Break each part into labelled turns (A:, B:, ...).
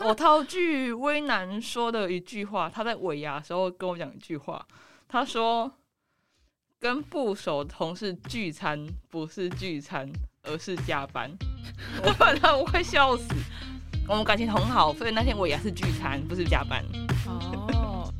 A: 我套句威南说的一句话，他在尾牙的时候跟我讲一句话，他说：“跟部首同事聚餐不是聚餐，而是加班。” 我反正我快笑死。我们感情很好，所以那天尾牙是聚餐，不是加班。
B: 哦，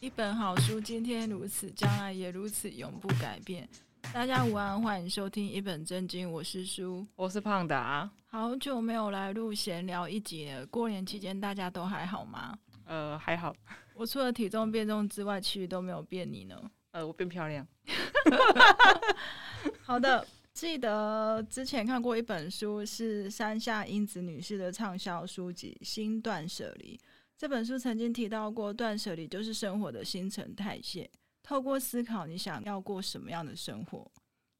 B: 一本好书，今天如此，将来也如此，永不改变。大家午安，欢迎收听《一本正经》，我是书。
A: 我是胖达、
B: 好久没有来录闲聊一集了，过年期间大家都还好吗？
A: 呃，还好，
B: 我除了体重变重之外，其余都没有变。你呢？
A: 呃，我变漂亮。
B: 好的，记得之前看过一本书，是山下英子女士的畅销书籍《新断舍离》。这本书曾经提到过，断舍离就是生活的新陈代谢。透过思考你想要过什么样的生活，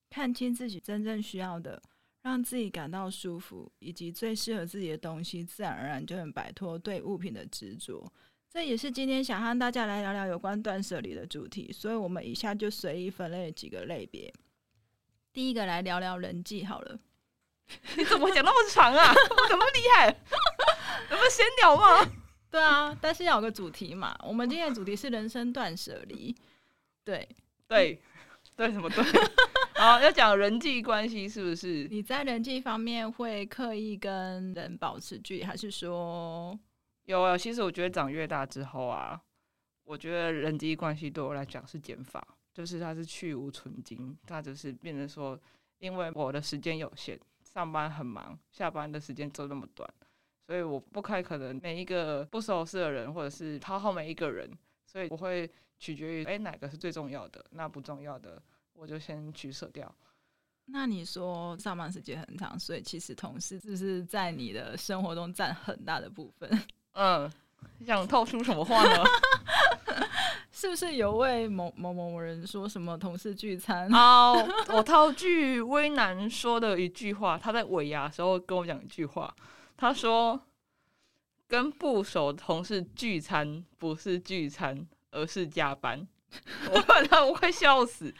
B: 看清自己真正需要的，让自己感到舒服，以及最适合自己的东西，自然而然就能摆脱对物品的执着。这也是今天想和大家来聊聊有关断舍离的主题，所以我们以下就随意分类几个类别。第一个来聊聊人际好了，
A: 你怎么讲那么长啊？ 我怎么那么厉害？怎么闲聊吗？
B: 对啊，但是要有个主题嘛。我们今天的主题是人生断舍离，对，
A: 对，对什么对？ 好，要讲人际关系是不是？
B: 你在人际方面会刻意跟人保持距离，还是说
A: 有啊，其实我觉得长越大之后啊，我觉得人际关系对我来讲是减法，就是它是去无存精，它就是变成说，因为我的时间有限，上班很忙，下班的时间就那么短，所以我不开可能每一个不熟识的人，或者是讨好每一个人，所以我会取决于哎哪个是最重要的，那不重要的我就先取舍掉。
B: 那你说上班时间很长，所以其实同事是不是在你的生活中占很大的部分？
A: 嗯，想透出什么话呢？
B: 是不是有位某某某人说什么同事聚餐？
A: 哦，我套句威南说的一句话，他在尾牙的时候跟我讲一句话，他说：“跟部首同事聚餐不是聚餐，而是加班。” 我看到我快笑死。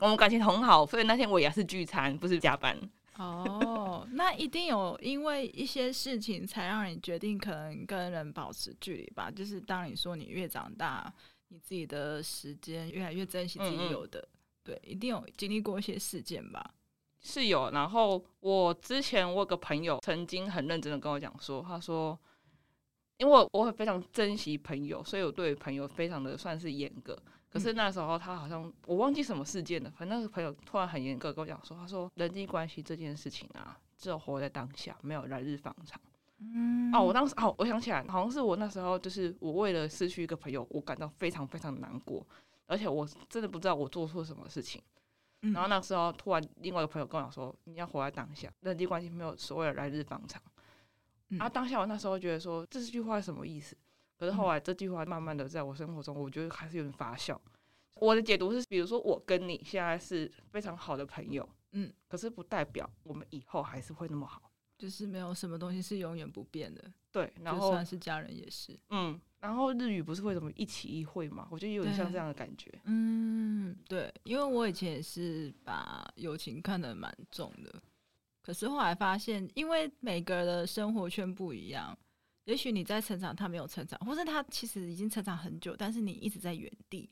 A: 我们感情很好，所以那天尾牙是聚餐，不是加班。
B: 哦，那一定有因为一些事情才让你决定可能跟人保持距离吧。就是当你说你越长大，你自己的时间越来越珍惜自
A: 嗯嗯
B: 己有的，对，一定有经历过一些事件吧。
A: 是有，然后我之前我有个朋友曾经很认真的跟我讲说，他说，因为我我非常珍惜朋友，所以我对朋友非常的算是严格。可是那时候他好像我忘记什么事件了，反正那个朋友突然很严格地跟我讲说，他说人际关系这件事情啊，只有活在当下，没有来日方长。
B: 嗯
A: 哦，我当时哦，我想起来，好像是我那时候，就是我为了失去一个朋友，我感到非常非常难过，而且我真的不知道我做错什么事情。
B: 嗯
A: 然后那时候突然另外一个朋友跟我讲说，你要活在当下，人际关系没有所谓的来日方长。
B: 嗯
A: 啊，当下我那时候觉得说这句话是什么意思？可是
B: 嗯
A: 后来这句话慢慢的在我生活中，我觉得还是有点发酵。我的解读是，比如说我跟你现在是非常好的朋友，
B: 嗯，
A: 可是不代表我们以后还是会那么好。
B: 就是没有什么东西是永远不变的，
A: 对，然
B: 就
A: 后
B: 算是家人也是。
A: 嗯，然后日语不是会什么一起一会嘛？我觉得有点像这
B: 对
A: 样的感觉。
B: 嗯，对，因为我以前也是把友情看得蛮重的，可是后来发现，因为每个人的生活圈不一样，也许你在成长，他没有成长，或是他其实已经成长很久，但是你一直在原地，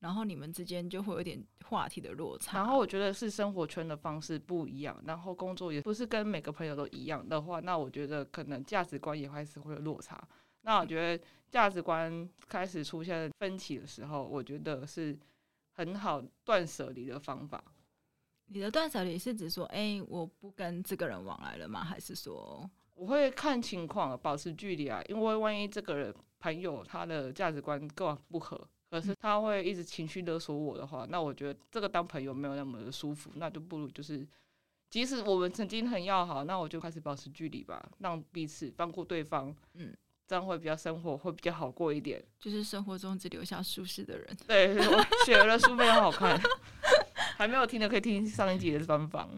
B: 然后你们之间就会有点话题的落差。
A: 然后我觉得是生活圈的方式不一样，然后工作也不是跟每个朋友都一样的话，那我觉得可能价值观也开始会有落差。那我觉得价值观开始出现分歧的时候，我觉得是很好断舍离的方法。
B: 你的断舍离是指说，哎、我不跟这个人往来了吗？还是说，
A: 我会看情况保持距离啊，因为万一这个人朋友他的价值观跟我不合，可是他会一直情绪勒索我的话，那我觉得这个当朋友没有那么的舒服，那就不如就是，即使我们曾经很要好，那我就开始保持距离吧，让彼此放过对方，
B: 嗯，
A: 这样会比较生活会比较好过一点。
B: 就是生活中只留下舒适的人。
A: 对，我学了书非常好看，还没有听的可以听上一集的专访。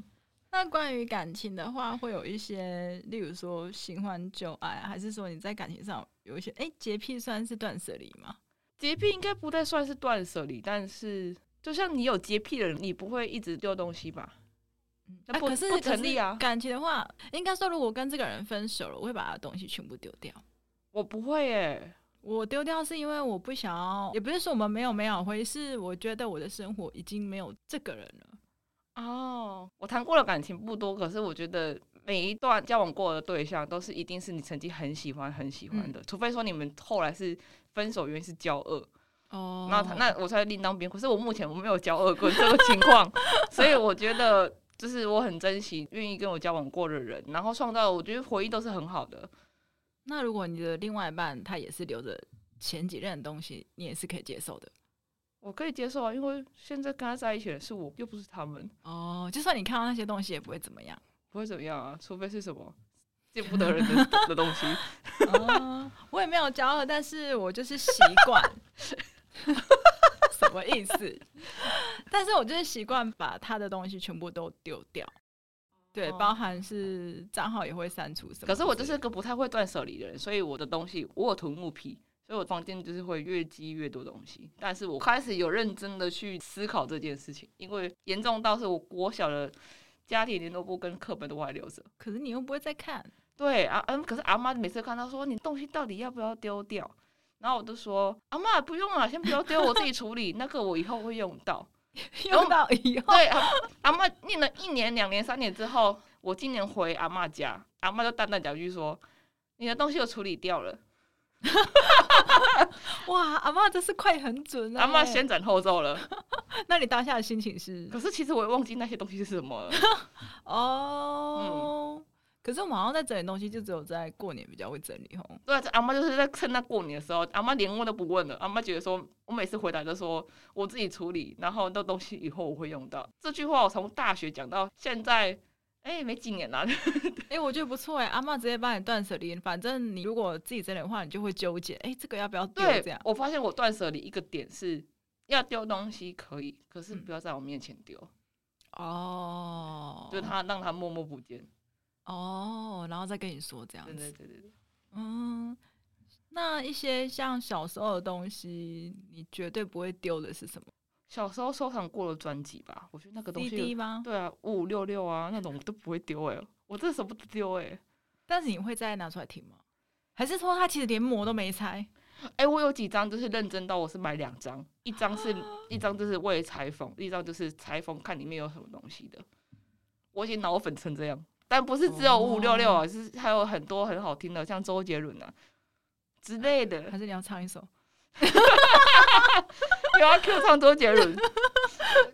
B: 那关于感情的话，会有一些，例如说新欢旧爱，啊还是说你在感情上有一些，哎、洁癖算是断舍离吗？
A: 洁癖应该不太算是断舍离，但是就像你有洁癖的人，你不会一直丢东西吧？
B: 嗯，
A: 那不
B: 可是
A: 不成立啊
B: 可是感情的话，应该说，如果跟这个人分手了，我会把他的东西全部丢掉。
A: 我不会耶，
B: 我丢掉是因为我不想要，也不是说我们没有美好回忆，是我觉得我的生活已经没有这个人了。
A: 哦，我谈过的感情不多，可是我觉得每一段交往过的对象都是一定是你曾经很喜欢、很喜
B: 嗯
A: 欢的，除非说你们后来是分手，原因是交恶，
B: 哦
A: 那他那我才另当别论。可是我目前我没有交恶过这个情 况，所以我觉得就是我很珍惜愿意跟我交往过的人，然后创造我觉得回忆都是很好的。
B: 那如果你的另外一半他也是留着前几任的东西，你也是可以接受的。
A: 我可以接受啊，因为现在跟他在一起的是我，又不是他们，
B: 哦，就算你看到那些东西也不会怎么样。
A: 不会怎么样啊，除非是什么见不得人 的的东西。
B: 哦， 我也没有骄傲，但是我就是习惯。 什么意思？但是我就是习惯把他的东西全部都丢掉，对，
A: 哦
B: 包含是账号也会删除什么之类
A: 可
B: 的。
A: 是我就是个不太会断舍离的人，所以我的东西我有囤物癖，所以我房间就是会越积越多东西。但是我开始有认真的去思考这件事情，因为严重到是我国小的家庭联络簿跟课本都还留着。
B: 可是你又不会 再看，
A: 对啊，嗯，可是阿妈每次看到说你东西到底要不要丢掉，然后我就说阿妈不用了，先不要丢，我自己处理，那个我以后会用到。
B: 用到以后，
A: 对，阿阿妈念了一年、两年、三年之后，我今年回阿妈家，阿妈就淡淡讲一句说：“你的东西我处理掉了。
B: 哇，阿妈这是快很准欸
A: 阿妈先斩后奏了。
B: 那你当下的心情是
A: 可是其实我也忘记那些东西是什么了。
B: 哦。可是我们好像在整理东西，就只有在过年比较会整理哦。
A: 对啊，阿妈就是在趁那过年的时候，阿妈连问都不问了。阿妈觉得说，我每次回答都说我自己处理，然后那东西以后我会用到。这句话我从大学讲到现在，哎，没几年了、
B: 哎、我觉得不错哎、阿妈直接帮你断舍离，反正你如果自己整理的话，你就会纠结，哎、这个要不要丢
A: 对
B: 这样，？
A: 我发现我断舍离一个点是要丢东西可以，可是不要在我面前丢。
B: 哦，
A: 就他让他默默不见。
B: 哦，然后再跟你说这样
A: 对对
B: 子，
A: 对对对，
B: 嗯。那一些像小时候的东西，你绝对不会丢的是什么
A: 小时候收藏过的专辑吧，我觉得那个东西有
B: ？CD 吗？
A: 对啊，五五六六啊那种我都不会丢哎、我这什么都丢哎、 欸、
B: 但是你会再拿出来听吗？还是说他其实连膜都没拆？
A: 哎、我有几张就是认真到我是买两张，一张 是一张就是为裁缝，一张就是裁缝看里面有什么东西的。我已经脑粉成这样，但不是只
B: 哦
A: 有五五六六啊，是还有很多很好听的，像周杰伦啊之类 的。
B: 还是你要唱一首？
A: 有啊，Q 唱周杰伦， 《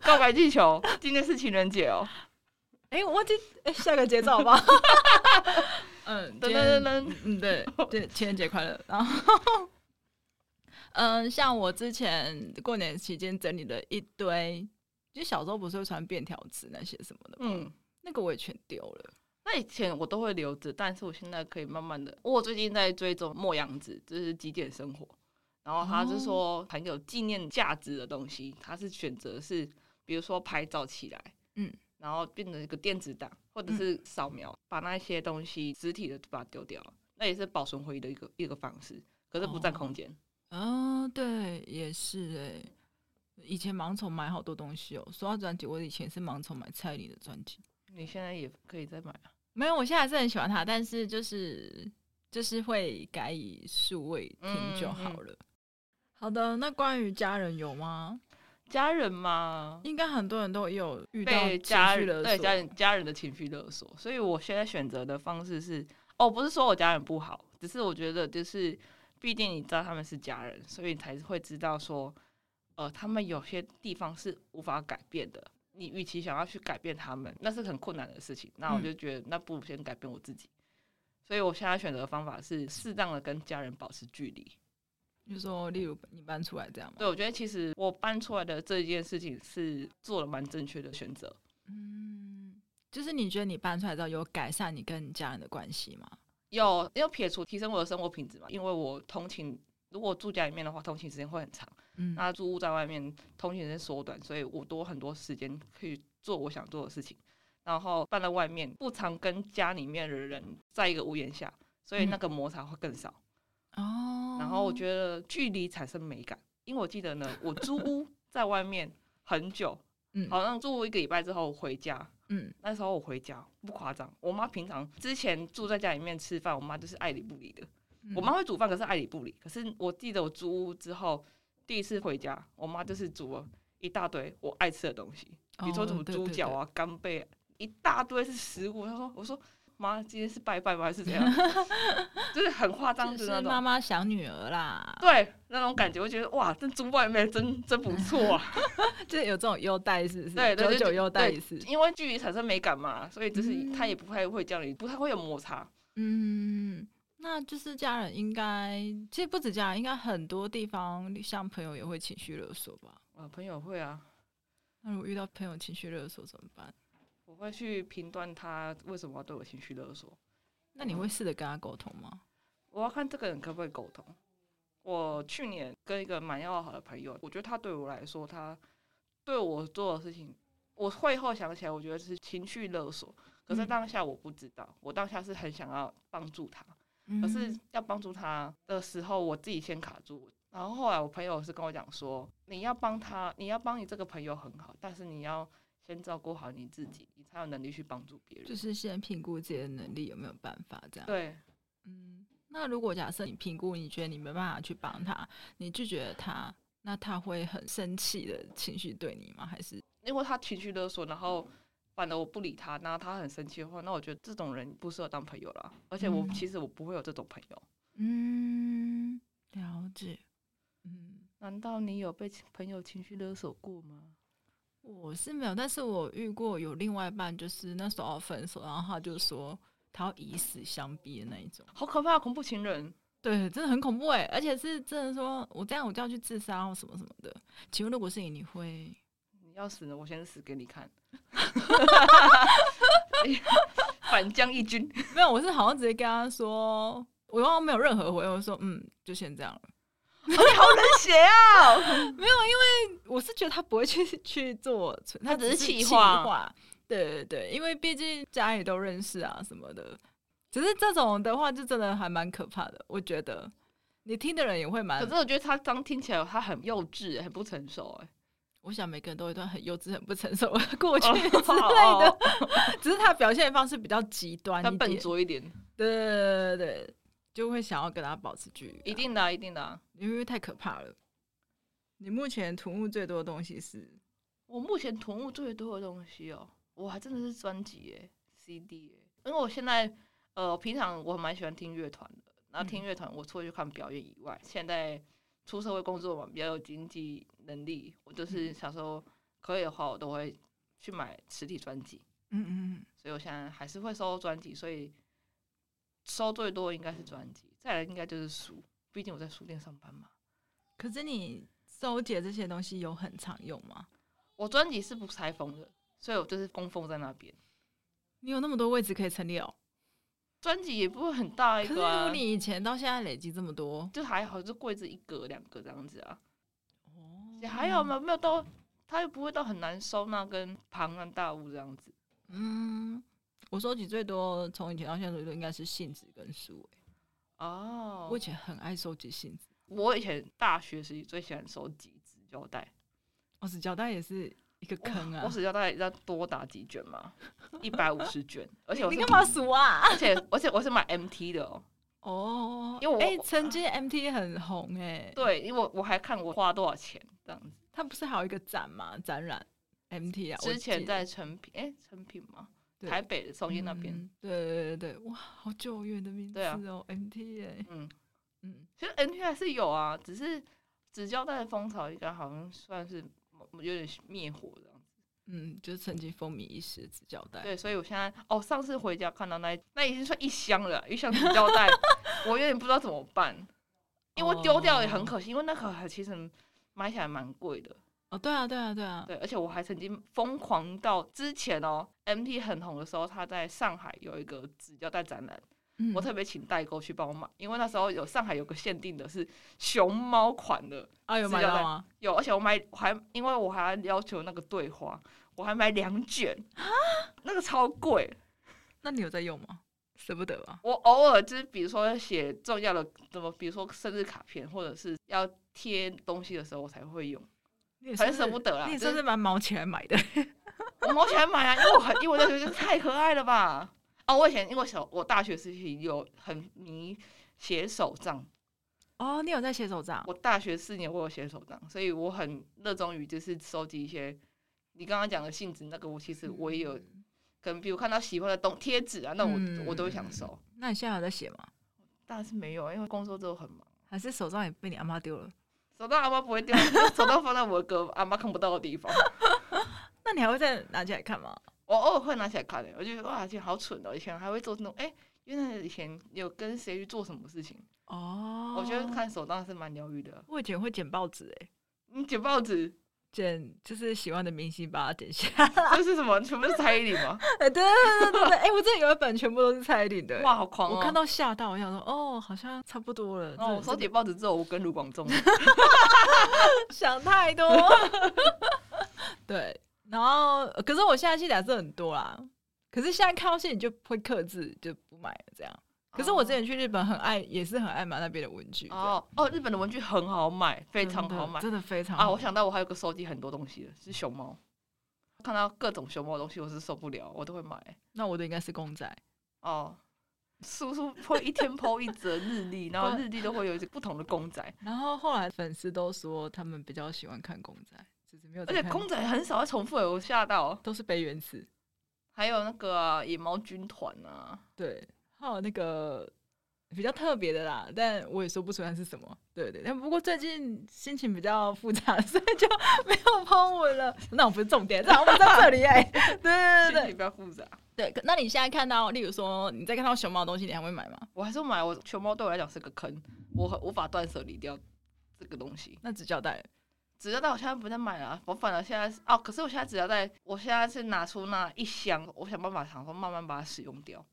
A: 告白气球》，今天是情人节哦、
B: 哎、我忘记哎、下个节奏吧。嗯，
A: 噔
B: 今
A: 噔
B: 天
A: 噔噔，
B: 嗯， 对对，情人节快乐。然后，嗯，像我之前过年期间整理了一堆，就小时候不是会穿便条纸那些什么的，
A: 嗯。
B: 那个我也全丢了。
A: 那以前我都会留着，但是我现在可以慢慢的。我最近在追踪莫阳子，就是极简生活，然后他是说很有纪念价值的东西，他是选择是比如说拍照起来，
B: 嗯，
A: 然后变成一个电子档或者是扫描，把那些东西实体的把它丢掉，那也是保存回忆的一个一个方式，可是不占空间。
B: 哦，对，也是哎、以前盲从买好多东西哦。说到专辑，我以前是盲从买蔡依林的专辑，
A: 你现在也可以再买啊，
B: 没有，我现在还是很喜欢他，但是就是就是会改以数位听就好了。好的，那关于家人有吗？
A: 家人嘛。
B: 应该很多人都有遇到
A: 被
B: 情
A: 家
B: 绪
A: 人
B: 勒
A: 对
B: 索，
A: 家人家人的情绪勒索，所以我现在选择的方式是，哦，不是说我家人不好，只是我觉得就是，毕竟你知道他们是家人，所以你才会知道说，呃，他们有些地方是无法改变的。你与其想要去改变他们，那是很困难的事情。那我
B: 嗯
A: 就觉得，那不如先改变我自己。所以我现在选择的方法是适当的跟家人保持距离。
B: 就说例如你搬出来这样吗？
A: 对，我觉得其实我搬出来的这件事情是做了蛮正确的选择。
B: 嗯，就是你觉得你搬出来之后有改善你跟家人的关系吗？
A: 有要撇除提升我的生活品质嘛，因为我通勤如果住家里面的话，通勤时间会很长，
B: 嗯
A: 那住在外面通勤时间缩短，所以我多很多时间可以做我想做的事情。然后搬到外面，不常跟家里面的人在一个屋檐下，所以那个摩擦会更少。
B: 嗯哦，
A: 然后我觉得距离产生美感，因为我记得呢，我租屋在外面很久，
B: 嗯
A: 好像住一个礼拜之后回家。
B: 嗯
A: 那时候我回家不夸张，我妈平常之前住在家里面吃饭，我妈就是爱理不理的。
B: 嗯
A: 我妈会煮饭，可是爱理不理。可是我记得我租屋之后第一次回家，我妈就是煮了一大堆我爱吃的东西，比如说
B: 哦
A: 什么
B: 对
A: 猪
B: 对
A: 脚
B: 对
A: 啊、干贝、啊，一大堆是食物。她说：“我说妈，今天是拜拜吗？还是怎样？” 就是很夸张
B: 就
A: 的那
B: 是
A: 种。
B: 妈妈想女儿啦，
A: 对，那种感觉，我觉得哇，这租外面真真不错 啊，
B: 就是有这种优待，是不是？
A: 对对对
B: 久久优待
A: 对
B: 一次。
A: 因为距离产生美感嘛，所以就是
B: 嗯
A: 它也不太会这样，不太会有摩擦。
B: 嗯，那就是家人应该，其实不止家人，应该很多地方，像朋友也会情绪勒索吧。
A: 啊，朋友会啊，
B: 那如果遇到朋友情绪勒索怎么办？
A: 我会去评断他为什么要对我情绪勒索，
B: 那
A: 嗯
B: 你会试着跟他沟通吗？
A: 我要看这个人可不可以沟通。我去年跟一个蛮要好的朋友，我觉得他对我来说，他对我做的事情，我会后想起来，我觉得是情绪勒索。可是
B: 嗯
A: 当下我不知道，我当下是很想要帮助他，可是
B: 嗯
A: 要帮助他的时候，我自己先卡住。然后后来我朋友是跟我讲说，你要帮他，你要帮你这个朋友很好，但是你要先照顾好你自己，你才有能力去帮助别
B: 就
A: 人。
B: 是先评估自己的能力有没有办法这样。
A: 对，
B: 嗯，那如果假设你评估，你觉得你没办法去帮他，你拒绝了他，那他会很生气的情绪对你吗？还是
A: 因为他情绪勒索，然后反而我不理他，然后他很生气的话，那我觉得这种人不适合当朋友啦。而且我
B: 嗯
A: 其实我不会有这种朋友。
B: 嗯，了解。嗯，
A: 难道你有被情朋友情绪勒索过吗？
B: 我是没有，但是我遇过有另外一半，就是那时候分手，然后他就说他要以死相逼的那一种。
A: 好可怕，恐怖情人！
B: 对，真的很恐怖哎，而且是真的说我这样我就要去自杀或什么什么的。请问如果是你，你会？
A: 你要死呢，我先死给你看。 反将一军，
B: 没有，我是好像直接跟他说，我好像没有任何回应，我说嗯，就先这样了。
A: 哎好冷血啊！
B: 我是觉得他不会去 去做，他
A: 只是
B: 是
A: 气
B: 气
A: 话
B: 话对对对，因为毕竟家里都认识啊什么的。只是这种的话，就真的还蛮可怕的，我觉得。你听的人也会 蛮
A: 可是我觉得他刚听起来他很幼稚，很不成熟， 哎，
B: 我想每个人都有一段很幼稚、很不成熟的过去之类
A: 哦
B: 的，，只是他表现的方式比较极端
A: 他
B: 一
A: 笨
B: 点，
A: 拙一点，
B: 对对对对对，就会想要跟他保持距离啊、
A: 一定的啊，一定的啊。
B: 因为太可怕了。你目前囤物最多的东西是
A: 我目前囤物最多的东西哦，我还真的是专辑哎，CD 哎，因为我现在呃，平常我蛮喜欢听乐团的，然后听乐团我除了去看表演以外，现在出社会工作嘛，比较有经济能力，我就是想说可以的话，我都会去买实体专辑，
B: 嗯嗯
A: 所以我现在还是会收专辑，所以收最多应该是专辑，再来应该就是书，毕竟我在书店上班嘛。
B: 可是你收集的这些东西有很常用吗？
A: 我专辑是不拆封的，所以我就是供奉在那边。
B: 你有那么多位置可以陈列哦。
A: 专辑也不会很大
B: 可
A: 一
B: 是如
A: 个、啊
B: 果，你以前到现在累积这么多，
A: 就还好，就柜子一格两格这样子啊，
B: 哦
A: 也还好？嘛，没有到，它又不会到很难收纳跟庞然大物这样子。
B: 嗯，我收集最多从以前到现在都应该是信纸跟书、欸
A: 哦
B: 我以前很爱收集信纸。
A: 我以前大学时期最喜欢收集纸胶带，
B: 哦，纸胶带也是一个坑啊！
A: 我纸胶带要多打几卷嘛，一百五十 卷，而且我
B: 你
A: 是
B: 干嘛 数啊？
A: 而且而且我是买 MT 的哦，
B: 哦，
A: 因为我
B: 哎、曾经 MT 很红哎、，
A: 对，因为我我还看我花多少钱这样子。
B: 它不是还有一个展吗？展览 MT 啊，我
A: 之前
B: 记得
A: 在成品，哎、成品吗？
B: 对
A: 台北的松烟那边，
B: 嗯对对对对，哇，好久远的名字
A: 对啊
B: 哦、m t 哎、
A: 嗯，
B: 嗯，
A: 其实 NT 还是有啊，只是纸胶带的风潮应该好像算是某有点灭火这样子。
B: 嗯，就是曾经风靡一时的纸胶带，
A: 对，所以我现在哦，上次回家看到那一那已经算一箱了，一箱纸胶带， 我有点不知道怎么办，因为丢掉也很可惜，因为那个其实买起来蛮贵的。
B: 哦，对啊，对啊，对啊，
A: 对，而且我还曾经疯狂到之前哦，MT 很红的时候，他在上海有一个纸胶带展览，
B: 嗯
A: 我特别请代购去帮我买，因为那时候有上海有个限定的是熊猫款的，
B: 啊有买到吗？
A: 有，而且我买我还因为我还要求那个对花，我还买两卷那个超贵。
B: 那你有在用吗？舍不得吧？
A: 我偶尔就是比如说写重要的怎么，比如说生日卡片或者是要贴东西的时候，我才会用，
B: 你也
A: 很
B: 是
A: 舍不得啦。啊
B: 你也
A: 就
B: 算
A: 是
B: 是蛮毛起来买的，
A: 我毛起来买啊，因为我很，因为我就觉得太可爱了吧。哦，我以前因为小我大学时期有很迷写手账，
B: 哦，你有在写手账？
A: 我大学四年我有写手账，所以我很热衷于就是收集一些你刚刚讲的性质那个，我其实我也有，可能比如看到喜欢的东贴纸啊，那我、
B: 嗯
A: 我都会想收，
B: 那你现在还有在写吗？
A: 但是没有，因为工作之后很忙。
B: 还是手账也被你阿妈丢了？
A: 手到阿妈不会丢， 手到放在我哥阿妈看不到的地方。
B: 那你还会再拿起来看吗？
A: 我偶尔会拿起来看的、我就觉得哇，以前好蠢哦、以前还会做那种，哎、原来以前有跟谁去做什么事情。
B: 哦，
A: 我觉得，看手账是蛮疗愈的。
B: 我以前会剪报纸，哎，
A: 你剪报纸，
B: 剪就是喜欢的明星把它剪下
A: 这是什么？全部是蔡依林吗？
B: 哎， 对对对对对，哎、我这里有一本全部都是蔡依林的、欸
A: 哇，好狂哦！
B: 我看到吓到，我想说，哦，好像差不多了。
A: 哦，我收
B: 真的
A: 集报纸之后，我跟卢广仲
B: 想太多。 对，然后呃可是我现在戏还是很多啦，可是现在看到戏你就会克制，就不买了这样。 可是我之前去日本很爱，也是很爱买那边的文具，
A: 哦哦，日本的文具很好买，非
B: 这样
A: 常
B: 真的
A: 好买
B: 真的非常
A: 啊！
B: 好
A: 我想到我还有个收集很多东西的是熊猫，看到各种熊猫的东西我是受不了，我都会买
B: 那我的应该是公仔，
A: 哦。叔叔会一天剖一则日历，然后
B: 哇
A: 日历都会有一些不同的公仔，
B: 然后后来粉丝都说他们比较喜欢看公仔，就是没有
A: 而
B: 在
A: 且
B: 看，
A: 公仔很少会重复，欸我吓到。
B: 都是背原词。
A: 还有那个啊、野猫军团啊，
B: 对，还有那个比较特别的啦，但我也说不出来是什么。对对，但不过最近心情比较复杂， 所以就没有碰我了。那我不是重点，那我们在这里哎、对
A: 心
B: 对
A: 情比较复杂。
B: 对对对。那你现在看到，例如说你在看到熊猫的东西，你还会买吗？
A: 我还是买，我熊猫对我来讲是个坑，我很无法断舍离掉这个东西。
B: 那纸胶带
A: 纸胶带我现在不再买了啊，我反而现在是哦，可是我现在纸胶带，我现在是拿出那一箱，我想办法想说慢慢把它使用掉。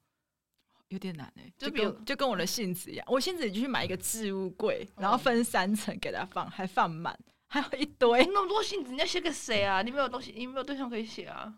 B: 有点难哎、
A: 就
B: 就
A: 比如
B: 跟就跟我的信纸一样，我信纸已经去买一个置物柜，然后分三层给它放，还放满，还有一堆
A: 哎、。那么多信纸你要写给谁啊？你没有东西，你没有对象可以写啊。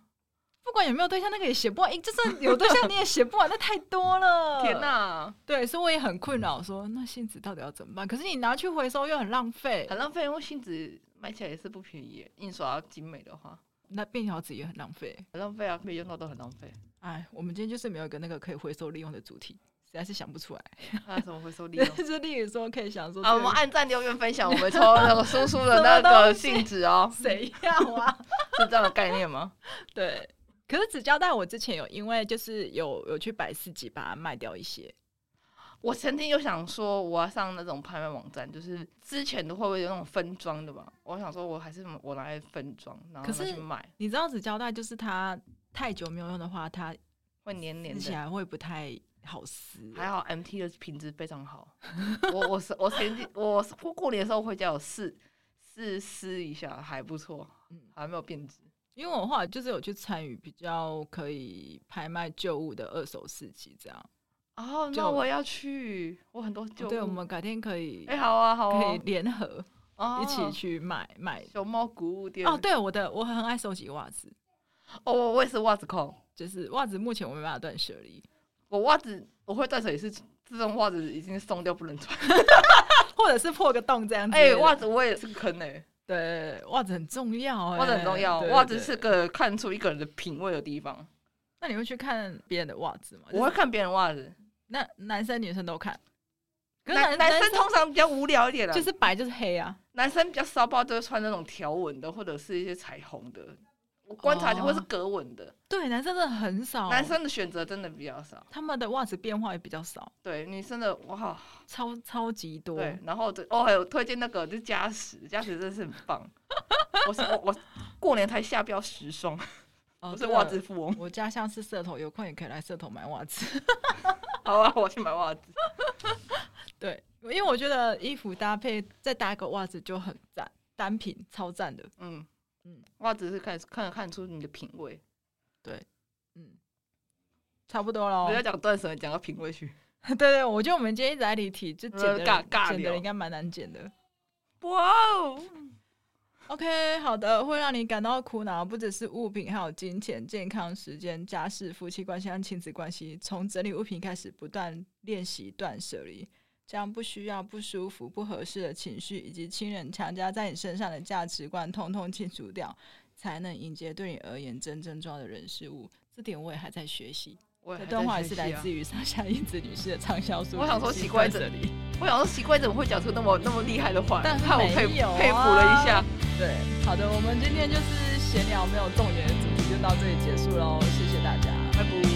B: 不管有没有对象，那个也写不完。诶，就算有对象你也写不完，那太多了。
A: 天哪、
B: 对，所以我也很
A: 嗯
B: 困扰，说那信纸到底要怎么办？可是你拿去回收又很浪费，呃
A: 很浪费，因为信纸买起来也是不便宜耶，印刷精美的话
B: 那便条纸也很浪费。
A: 很浪费啊，没用到都很浪 费。
B: 哎，我们今天就是没有一个那个可以回收利用的主题，实在是想不出来。
A: 那怎么回收利用？
B: 就是例如说，可以想说
A: 啊，我们按赞、留言、分享，我们抽那个叔叔的那
B: 什么
A: 个
B: 东西
A: 信纸哦，
B: 谁要啊？
A: 是这样的概念吗？
B: 对。可是纸胶带，我之前有因为就是有有去百事集把它卖掉一些，
A: 我曾经有想说，我要上那种拍卖网站，就是之前的会不会有那种分装的嘛？我想说，我还是我拿来分装，然后
B: 可是
A: 拿去卖，
B: 你知道纸胶带就是它太久没有用的话，它
A: 会黏黏
B: 撕起
A: 的。
B: 来会不太好撕。
A: 还好 MT 的品质非常好。 我我是我前几我过过年的时候回家有试试撕一下，还不错
B: 嗯，
A: 还没有变质。
B: 因为我后来就是有去参与比较可以拍卖旧物的二手市集，这样。
A: 哦，那
B: 就
A: 我要去，哦我很多旧物。
B: 对，我们改天可以、
A: 哎、好啊，好
B: 可以
A: 啊，
B: 联合
A: 哦
B: 一起去买买。
A: 熊猫古物店。
B: 哦，对，我的我很爱收集袜子，
A: 哦，我我也是袜子控，
B: 就是袜子目前我没办法断舍离，
A: 我袜子我会断舍也是这种袜子已经松掉不能穿。
B: 或者是破个洞这样子。
A: 哎、 袜子我也是个坑哎、
B: 对袜子很重要、哎
A: 袜子很重要，
B: 对
A: 袜子是
B: 对
A: 个看出一个人的品味的地方。
B: 那你会去看别人的袜子吗？
A: 我
B: 就
A: 会
B: 是
A: 看别人袜子，
B: 那男生女生都看，可是
A: 男
B: 男
A: 男生通常比较无聊一点啦，
B: 就是白就是黑啊。
A: 男生比较骚包，就会穿那种条纹的或者是一些彩虹的。我观察一下，
B: 哦
A: 或是格纹的，
B: 对，男生真的很少，
A: 男生的选择真的比较少。
B: 他们的袜子变化也比较少，
A: 对，女生的哇，
B: 超超级多。
A: 对，然后对，哦，还有推荐那个就是嘉实，嘉实真是很 棒。我是我我过年才下标十双，
B: 哦
A: 我是
B: 这个
A: 袜子富翁。
B: 我家乡是社头，有空也可以来社头买袜子。
A: 好啊，我去买袜子。
B: 对，因为我觉得衣服搭配再搭一个袜子就很赞，单品超赞的。
A: 嗯嗯
B: 嗯，
A: 袜子是看看看出你的品味。
B: 嗯，差不多喽哦
A: 不。要讲断舍，离，讲到品味去。
B: 对对，我觉得我们今天一直在离题，就剪的人
A: 呃尬尬
B: 剪的
A: 聊
B: 人应该蛮难剪的。
A: 哇哦，
B: OK，好的，会让你感到苦恼，不只是物品，还有金钱、健康、时间、家事、夫妻关系和亲子关系。从整理物品开始，不断练习断舍离，将不需要、不舒服、不合适的情绪以及亲人强加在你身上的价值观，通通清除掉，才能迎接对你而言真正重要的人事物。这点我也还在学习。
A: 我
B: 这段话也是来
A: 于，
B: 自于上下英子女士的畅销书。
A: 我 想说奇怪
B: 这
A: 怎
B: 里，
A: 我想说奇怪怎么会讲出那么那么厉害的话，
B: 但
A: 害我佩
B: 没有啊
A: 佩服了一下。
B: 对，好的，我们今天就是闲聊没有重点的主题，就到这里结束喽，谢谢大家。
A: 拜拜。